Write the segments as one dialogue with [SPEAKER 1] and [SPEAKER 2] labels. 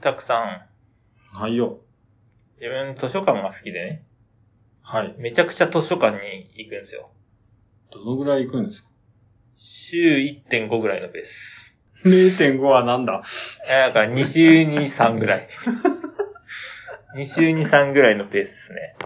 [SPEAKER 1] たくさん、
[SPEAKER 2] はいよ。
[SPEAKER 1] 自分図書館が好きでね、
[SPEAKER 2] はい。
[SPEAKER 1] めちゃくちゃ図書館に行くんですよ。
[SPEAKER 2] どのぐらい行くんですか
[SPEAKER 1] 週1.5ぐらいのペース。
[SPEAKER 2] ?0.5 はなんだ
[SPEAKER 1] えだから2週に3ぐらい。2週に3ぐらいのペースですね。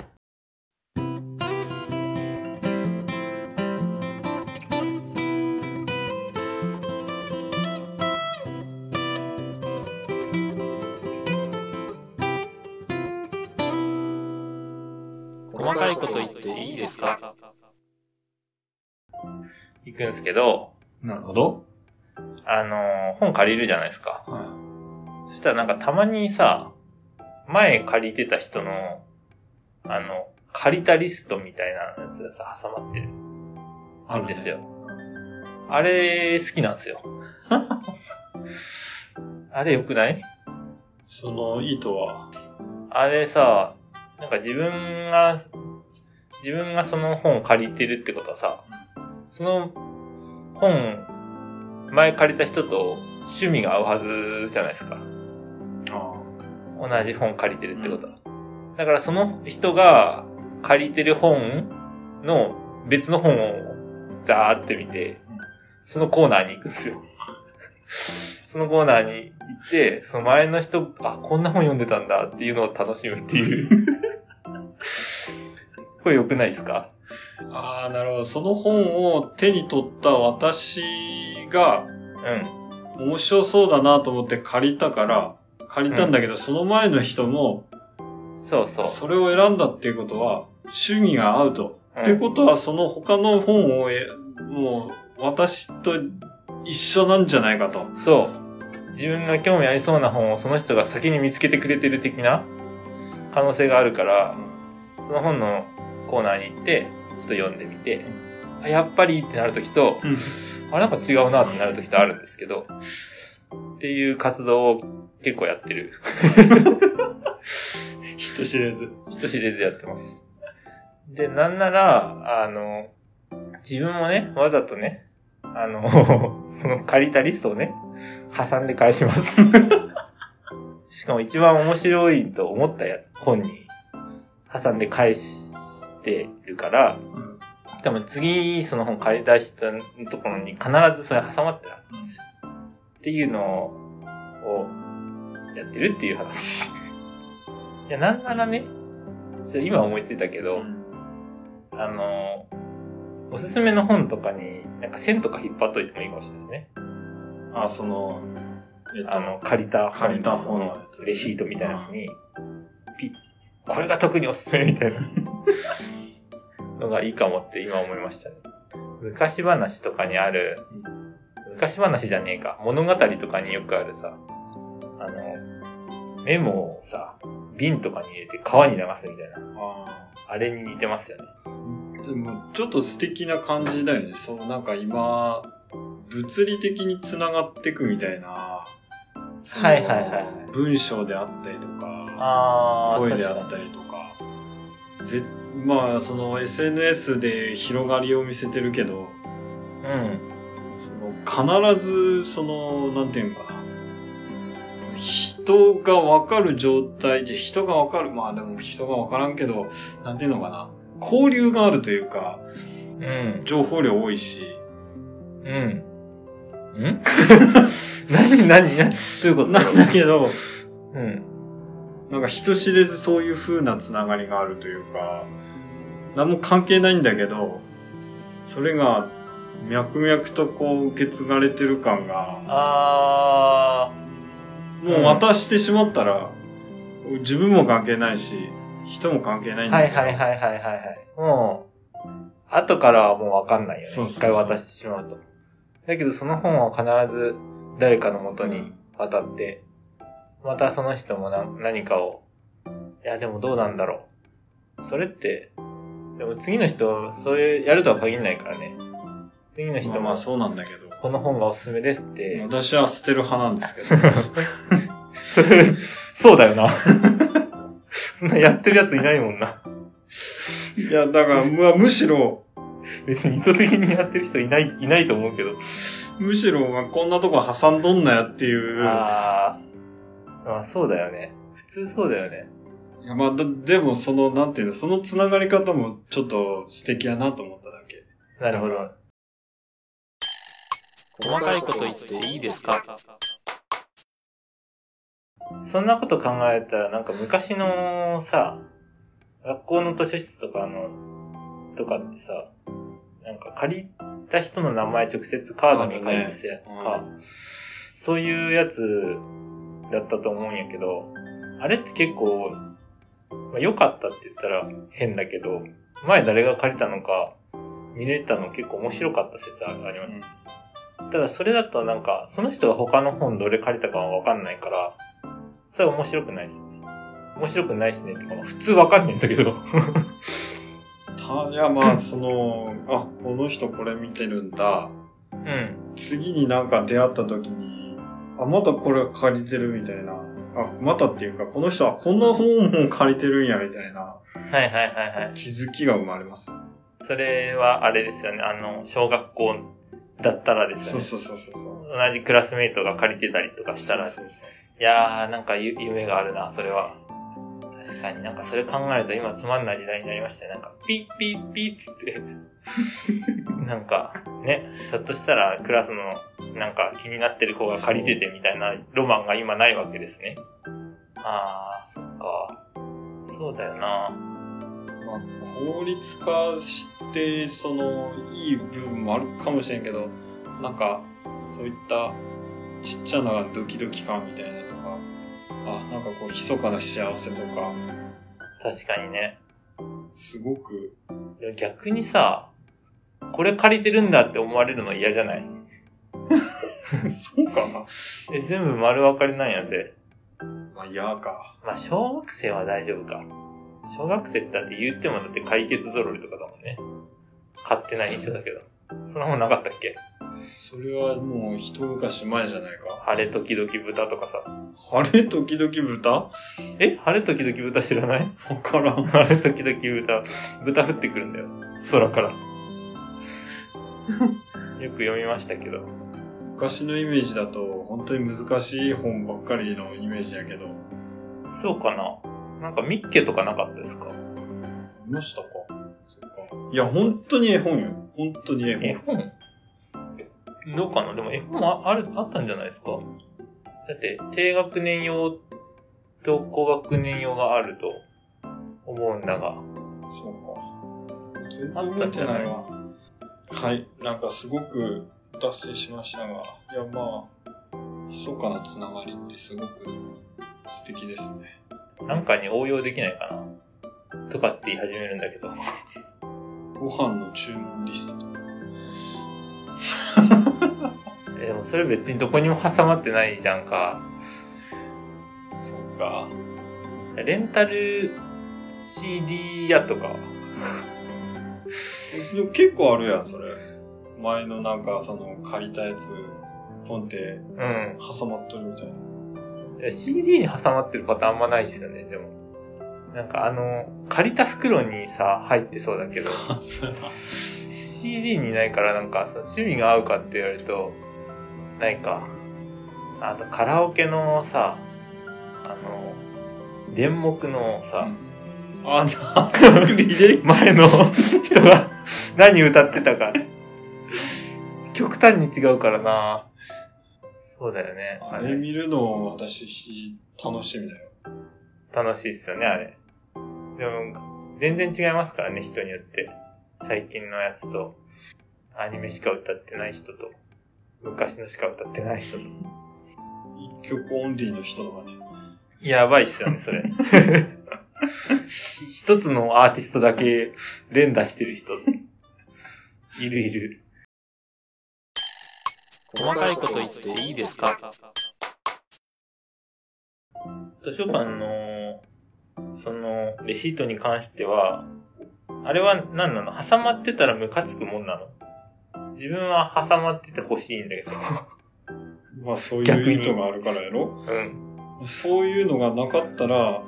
[SPEAKER 1] 細かいこと言っていいですか行くんですけど、
[SPEAKER 2] なるほど。
[SPEAKER 1] あのー本借りるじゃないですか。
[SPEAKER 2] は
[SPEAKER 1] そしたらなんかたまにさ、前借りてた人の、あの、借りたリストみたいなやつがさ、挟まってる
[SPEAKER 2] い。ある
[SPEAKER 1] ん
[SPEAKER 2] ね
[SPEAKER 1] です。よ。あれ、好きなんですよ。 あれ良くない
[SPEAKER 2] その意図は、
[SPEAKER 1] あれさ、なんか自分が、自分がその本を借りてるってことはさ、その本、前借りた人と趣味が合うはずじゃないですか。
[SPEAKER 2] あ
[SPEAKER 1] 同じ本借りてるってことは。だからその人が借りてる本の別の本をザーって見て
[SPEAKER 2] うん、
[SPEAKER 1] そのコーナーに行くんですよ。 そのコーナーに行って、その前の人、あ、こんな本読んでたんだっていうのを楽しむって いう。これ良くないですか
[SPEAKER 2] あ。ああ、なるほど。その本を手に取った私が、
[SPEAKER 1] うん。
[SPEAKER 2] 面白そうだなと思って借りたから、借りたんだけど、その前の人も、
[SPEAKER 1] そうそう。
[SPEAKER 2] それを選んだっていうことは、趣味が合うと。
[SPEAKER 1] うん
[SPEAKER 2] ってことは、その他の本をえ、もう、私と一緒なんじゃないかと。
[SPEAKER 1] そう。自分が興味ありそうな本をその人が先に見つけてくれてる的な可能性があるから、その本のコーナーに行って、ちょっと読んでみて、あ、やっぱりってなるときと、あ、なんか違うなってなるときとあるんですけど、っていう活動を結構やってる。
[SPEAKER 2] 人知れず。
[SPEAKER 1] 人知れずやってます。で、なんなら、あの、自分もね、わざとね、あの、 その借りたリストをね、挟んで返します。しかも一番面白いと思ったや本に挟んで返してるから、
[SPEAKER 2] うん
[SPEAKER 1] 多分次その本借りた人のところに必ずそれ挟まってるはずなんですよ。っていうのを、やってるっていう話。いや、なんならね、ちょっと今思いついたけど、あの、おすすめの本とかに、なんか線とか引っ張っといてもいいかもしれないですね。
[SPEAKER 2] あ、その、えっと、
[SPEAKER 1] あの、借りた
[SPEAKER 2] 借りた本の
[SPEAKER 1] の
[SPEAKER 2] やつ
[SPEAKER 1] レシートみたいなやつに、ピッ、これが特におすすめみたい なのがいいかもって今思いましたね。昔話とかにある、昔話じゃねえか、物語とかによくあるさ、あの、メモをさ、瓶とかに入れて川に流すみたいな、
[SPEAKER 2] あ
[SPEAKER 1] あれに似てますよね。
[SPEAKER 2] ーでも、ちょっと素敵な感じだよね。そう、なんか今、物理的に繋がってくみたいな、その
[SPEAKER 1] はいはいはい
[SPEAKER 2] 文章であったりとか、
[SPEAKER 1] あ
[SPEAKER 2] 声であったりとか、ぜまあ、その SNS で広がりを見せてるけど、
[SPEAKER 1] うん。
[SPEAKER 2] その必ず、その、なんていうのかな。人がわかる状態で、人がわかる、まあでも人がわからんけど、なんていうのかな。交流があるというか、
[SPEAKER 1] うん。
[SPEAKER 2] 情報量多いし、
[SPEAKER 1] うん。ん 何何何どういうこと
[SPEAKER 2] なん だけど、
[SPEAKER 1] うん。
[SPEAKER 2] なんか人知れずそういう風なつながりがあるというか、何も関係ないんだけど、それが脈々とこう受け継がれてる感が、
[SPEAKER 1] あ
[SPEAKER 2] もう渡してしまったら、自分も関係ないし、人も関係ない
[SPEAKER 1] ー。
[SPEAKER 2] んだ
[SPEAKER 1] はい
[SPEAKER 2] けど。
[SPEAKER 1] はいはいはいはいはい。もう、後からはもうわかんないよ
[SPEAKER 2] そう
[SPEAKER 1] ね。
[SPEAKER 2] そうそ
[SPEAKER 1] 一回
[SPEAKER 2] う
[SPEAKER 1] 渡してしまうと。だけどその本は必ず誰かのもとに渡って、またその人もな何かを、いやでもどうなんだろう。それって、でも次の人、それやるとは限らないからね。次の人
[SPEAKER 2] まあま
[SPEAKER 1] も
[SPEAKER 2] あ、そうなんだけど。
[SPEAKER 1] この本がおすすめですって、
[SPEAKER 2] 私は捨てる派なんですけど。
[SPEAKER 1] そうだよな。 そんなやってるやついないもんな。
[SPEAKER 2] いや、だから、むむしろ、
[SPEAKER 1] 別に意図的にやってる人いない、いないと思うけど。
[SPEAKER 2] むしろ、こんなとこ挟んどんなやっていう、
[SPEAKER 1] ああ。まあそうだよね。普通そうだよね。
[SPEAKER 2] いや、まあ、だでも、その、なんていうの、その繋がり方もちょっと素敵やなと思っただけ。
[SPEAKER 1] なるほど。
[SPEAKER 3] 細かいこと言っていいですか
[SPEAKER 1] そんなこと考えたら、なんか昔のさ、学校の図書室とかの、とかってさ、なんか借りた人の名前直接カードに書いてたやつ
[SPEAKER 2] あ
[SPEAKER 1] か、そういうやつだったと思うんやけど、あれって結構、まあ、良かったって言ったら変だけど、前誰が借りたのか見れたの結構面白かった説あります。ただそれだとなんか、その人が他の本どれ借りたかはわかんないから、それは面白くないですね。面白くないですねってか、まあ普通わかんないんだけ ど。
[SPEAKER 2] たいや、まあ、その、あ、この人これ見てるんだ。
[SPEAKER 1] うん。
[SPEAKER 2] 次になんか出会った時に、あ、またこれ借りてるみたいな。あ、またっていうか、この人はこんな本も借りてるんや、みたいな
[SPEAKER 1] はいはいはいはい。
[SPEAKER 2] 気づきが生まれます。
[SPEAKER 1] それはあれですよね。あの、小学校だったらです
[SPEAKER 2] そ
[SPEAKER 1] よ
[SPEAKER 2] う
[SPEAKER 1] ね。
[SPEAKER 2] そうそうそうそう。
[SPEAKER 1] 同じクラスメイトが借りてたりとかしたら、
[SPEAKER 2] そうそうそう
[SPEAKER 1] いやー、なんかゆ夢があるな、それは。確かになんかそれ考えると今つまんない時代になりましたよなんかピッピッピッつって。 なんかね、ひょっとしたらクラスのなんか気になってる子が借りててみたいなロマンが今ないわけですね。あー、そっか。そうだよな。
[SPEAKER 2] まあ、効率化して、その、いい部分もあるかもしれんけど、なんか、そういった、ちっちゃなドキドキ感みたいなのが、あ、なんかこう、密かな幸せとか、
[SPEAKER 1] 確かにね。
[SPEAKER 2] すごく、
[SPEAKER 1] でも逆にさ、これ借りてるんだって思われるの嫌じゃない
[SPEAKER 2] そうかな。
[SPEAKER 1] え全部丸分かりなんやぜ。
[SPEAKER 2] まあ、嫌か。
[SPEAKER 1] まあ、小学生は大丈夫か。小学生ってだって言ってもだって解決ぞろりとかだもんね。買ってない人だけど。そんなもんなかったっけ
[SPEAKER 2] それはもう、一昔前じゃないか。
[SPEAKER 1] 晴れ時々豚とかさ。
[SPEAKER 2] 晴れ時々豚わ
[SPEAKER 1] え晴れ時々豚知らない
[SPEAKER 2] からん。
[SPEAKER 1] 晴れ時々豚。豚降ってくるんだよ。空から。よく読みましたけど。
[SPEAKER 2] 昔のイメージだと、本当に難しい本ばっかりのイメージやけど、あ
[SPEAKER 1] そうかななんかミッケとかなかったですか
[SPEAKER 2] りましたかそうか。いや、本当に絵本よ。本当に絵本
[SPEAKER 1] 絵。本どうかなでも絵本ああるあったんじゃないですかだって、低学年用と高学年用があると思うんだが。
[SPEAKER 2] そうか。全然覚えてないわ。はい。なんかすごく達成しましたが、いやまあ、密かなつながりってすごく素敵ですね。
[SPEAKER 1] なんかに応用できないかなとかって言い始めるんだけど。
[SPEAKER 2] ご飯の注文リスト。
[SPEAKER 1] えでもそれ別にどこにも挟まってないじゃんか。
[SPEAKER 2] そうか。
[SPEAKER 1] レンタル CD 屋とか。
[SPEAKER 2] でも結構あるやん、それ。前のなんか、その、借りたやつ、ポンって
[SPEAKER 1] うん。
[SPEAKER 2] 挟まっとるみたいな。
[SPEAKER 1] いや CD に挟まってるパターンあんまないですよね、でも。なんかあの、借りた袋にさ、入ってそうだけど。
[SPEAKER 2] あ、そうやな。
[SPEAKER 1] CD にないからなんかその趣味が合うかって言われるとないかあとカラオケのさあの電木の さ
[SPEAKER 2] あ、なんか、リレー
[SPEAKER 1] 前の人が何歌ってたか極端に違うからなそうだよねあ
[SPEAKER 2] あれ
[SPEAKER 1] れ
[SPEAKER 2] 見るの私、楽しみだよ。
[SPEAKER 1] 楽しいっすよねあれでも全然違いますからね人によって最近のやつとアニメしか歌ってない人と昔のしか歌ってない人と
[SPEAKER 2] 一曲オンリーの人とかね。
[SPEAKER 1] やばいっすよね、それ。一つのアーティストだけ連打してる人。いるいる。
[SPEAKER 3] 細かいこと言っていいですか
[SPEAKER 1] 図書館の、その、レシートに関しては、あれは何なの挟まってたらムカつくもんなの自分は挟まってて欲しいんだけど。
[SPEAKER 2] まあそう
[SPEAKER 1] 逆
[SPEAKER 2] い
[SPEAKER 1] に
[SPEAKER 2] う意図があるからやろ
[SPEAKER 1] うん。
[SPEAKER 2] そういうのがなかったら、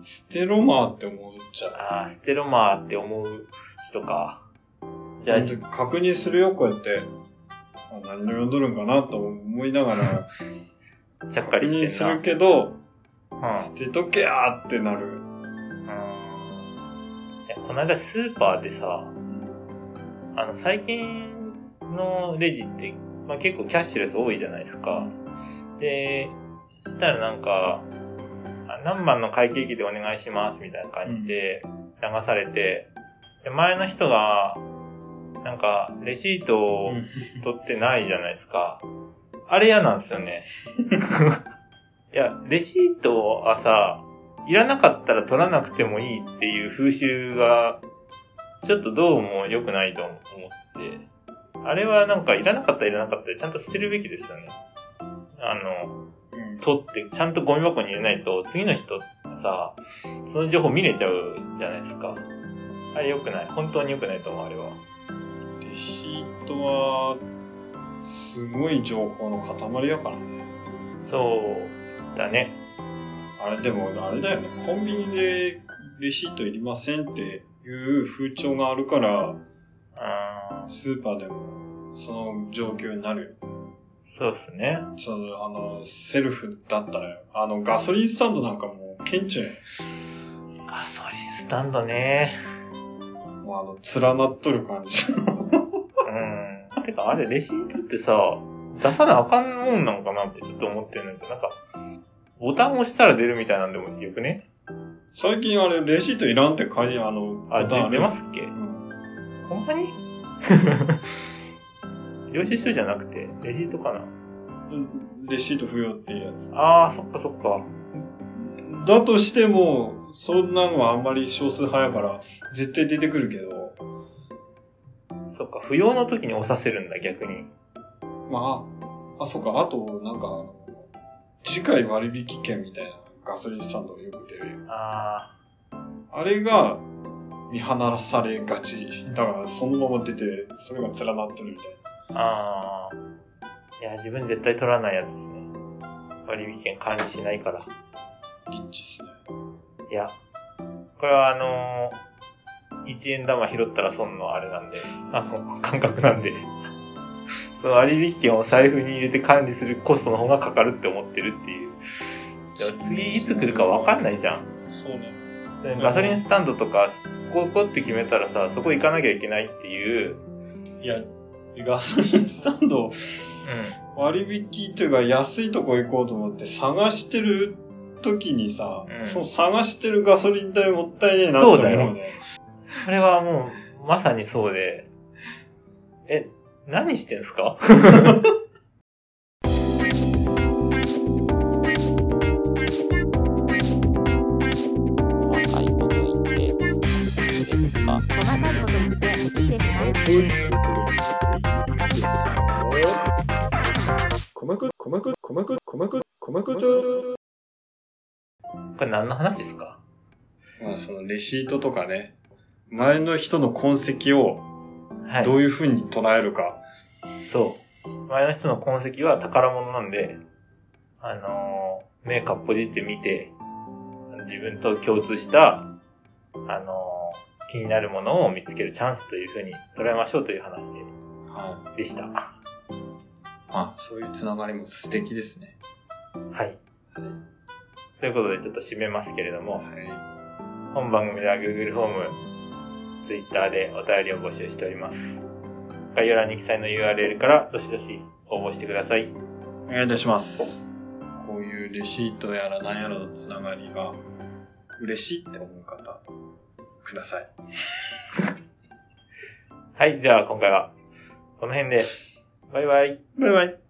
[SPEAKER 2] ステロマーって思っちゃ
[SPEAKER 1] ああ、ステロマーって思う人か。
[SPEAKER 2] う。
[SPEAKER 1] じゃあ、
[SPEAKER 2] なんで確認するよ、こうやって。あ何を読んどるんかなと思いながら、
[SPEAKER 1] ちゃっか
[SPEAKER 2] 確
[SPEAKER 1] り
[SPEAKER 2] 認
[SPEAKER 1] して
[SPEAKER 2] す
[SPEAKER 1] ん
[SPEAKER 2] る
[SPEAKER 1] な。
[SPEAKER 2] けど、捨てとけやーってなる。
[SPEAKER 1] うんいやこの間スーパーでさ、あの、最近のレジって、まあ、結構キャッシュレス多いじゃないですか。で、そしたらなんか、あ何番の会計機でお願いしますみたいな感じで流されて、で前の人が、なんか、レシートを取ってないじゃないですか。あれ嫌なんですよね。いや、レシートはさ、いらなかったら取らなくてもいいっていう風習が、ちょっとどうも良くないと思って、あれはなんかいらなかったらいらなかったでちゃんと捨てるべきですよね。あの、取って、ちゃんとゴミ箱に入れないと、次の人さ、その情報見れちゃうじゃないですか。あれ良くない。本当に良くないと思う、あれは。
[SPEAKER 2] レシートは、すごい情報の塊やからね。
[SPEAKER 1] そうだね。
[SPEAKER 2] あれ、でも、あれだよね。コンビニでレシートいりませんっていう風潮があるから、
[SPEAKER 1] あー
[SPEAKER 2] スーパーでも、その状況になるよね
[SPEAKER 1] そうっすね。
[SPEAKER 2] その、あの、セルフだったら、あの、ガソリンスタンドなんかもう、顕著や
[SPEAKER 1] あ、そうです。スタンドね。
[SPEAKER 2] ん。もうあの、連なっとる感じ。
[SPEAKER 1] うん。てか、あれ、レシートってさ、出さなあかんもんなんかなってちょっと思ってるんだけど、なんか、ボタン押したら出るみたいなんでもよくね。
[SPEAKER 2] 最近あれ、レシートいらんって書いて、あの、
[SPEAKER 1] あ、
[SPEAKER 2] ボタン
[SPEAKER 1] 出出
[SPEAKER 2] る
[SPEAKER 1] ますっけ
[SPEAKER 2] うん
[SPEAKER 1] ほんま に領収書じゃなくて、レシートかな。
[SPEAKER 2] レシート不要っていうやつ。
[SPEAKER 1] ああ、そっかそっか。
[SPEAKER 2] だとしても、そんなのはあんまり少数派やから、絶対出てくるけど、
[SPEAKER 1] そっか、不要の時に押させるんだ、逆に。
[SPEAKER 2] まあ、あ、そっか、あと、なんか、あの次回割引券みたいなガソリンスタンドがよく出るよ。
[SPEAKER 1] あ
[SPEAKER 2] あれが見放されがち。だからそのまま出て、それが連なってるみたい
[SPEAKER 1] あ、ああ。いや、自分絶対取らないやつですね。割引券管理しないから。
[SPEAKER 2] な。リッチっすね。
[SPEAKER 1] いや、これはあのー、1円玉拾ったら損のあれなんで、あの、感覚なんで、 その割引券を財布に入れて管理するコストの方がかかるって思ってるっていう。でも次いつ来るかわかんないじゃん。
[SPEAKER 2] そうね。
[SPEAKER 1] でガソリンスタンドとか、ここって決めたらさ、そこ行かなきゃいけないっていう、
[SPEAKER 2] いや、ガソリンスタンド、割引というか安いとこ行こうと思って探してる時にさ、
[SPEAKER 1] うん
[SPEAKER 2] その探してるガソリン代もったいねえなって思うね。
[SPEAKER 1] そうそれはもう、まさにそうで、え、何してんすか
[SPEAKER 3] 細かいこと言っていいですか
[SPEAKER 4] 細かいこと言っていいですか
[SPEAKER 5] 細かく、細かく、細かく、細かく、細かく、
[SPEAKER 1] これ何の話ですか
[SPEAKER 2] まあそのレシートとかね、前の人の痕跡を
[SPEAKER 1] はい。
[SPEAKER 2] どういう風に捉えるか。
[SPEAKER 1] そう。前の人の痕跡は宝物なんで、あのー目かっぽじって見て、自分と共通した、あのー気になるものを見つけるチャンスというふうに捉えましょうという話
[SPEAKER 2] はい。
[SPEAKER 1] でした。は
[SPEAKER 2] あ、そういうつながりも素敵ですね。
[SPEAKER 1] い。ということでちょっと締めますけれども、
[SPEAKER 2] はい。
[SPEAKER 1] 本番組では Google フォーム、Twitter でお便りを募集しております。概要欄に記載の URL からどしどし応募してください。
[SPEAKER 2] お願いいたします。こういうレシートやら何やらのつながりが嬉しいって思う方、ください。
[SPEAKER 1] はい、じゃあ今回はこの辺で、バイバイ。
[SPEAKER 2] バイバイ。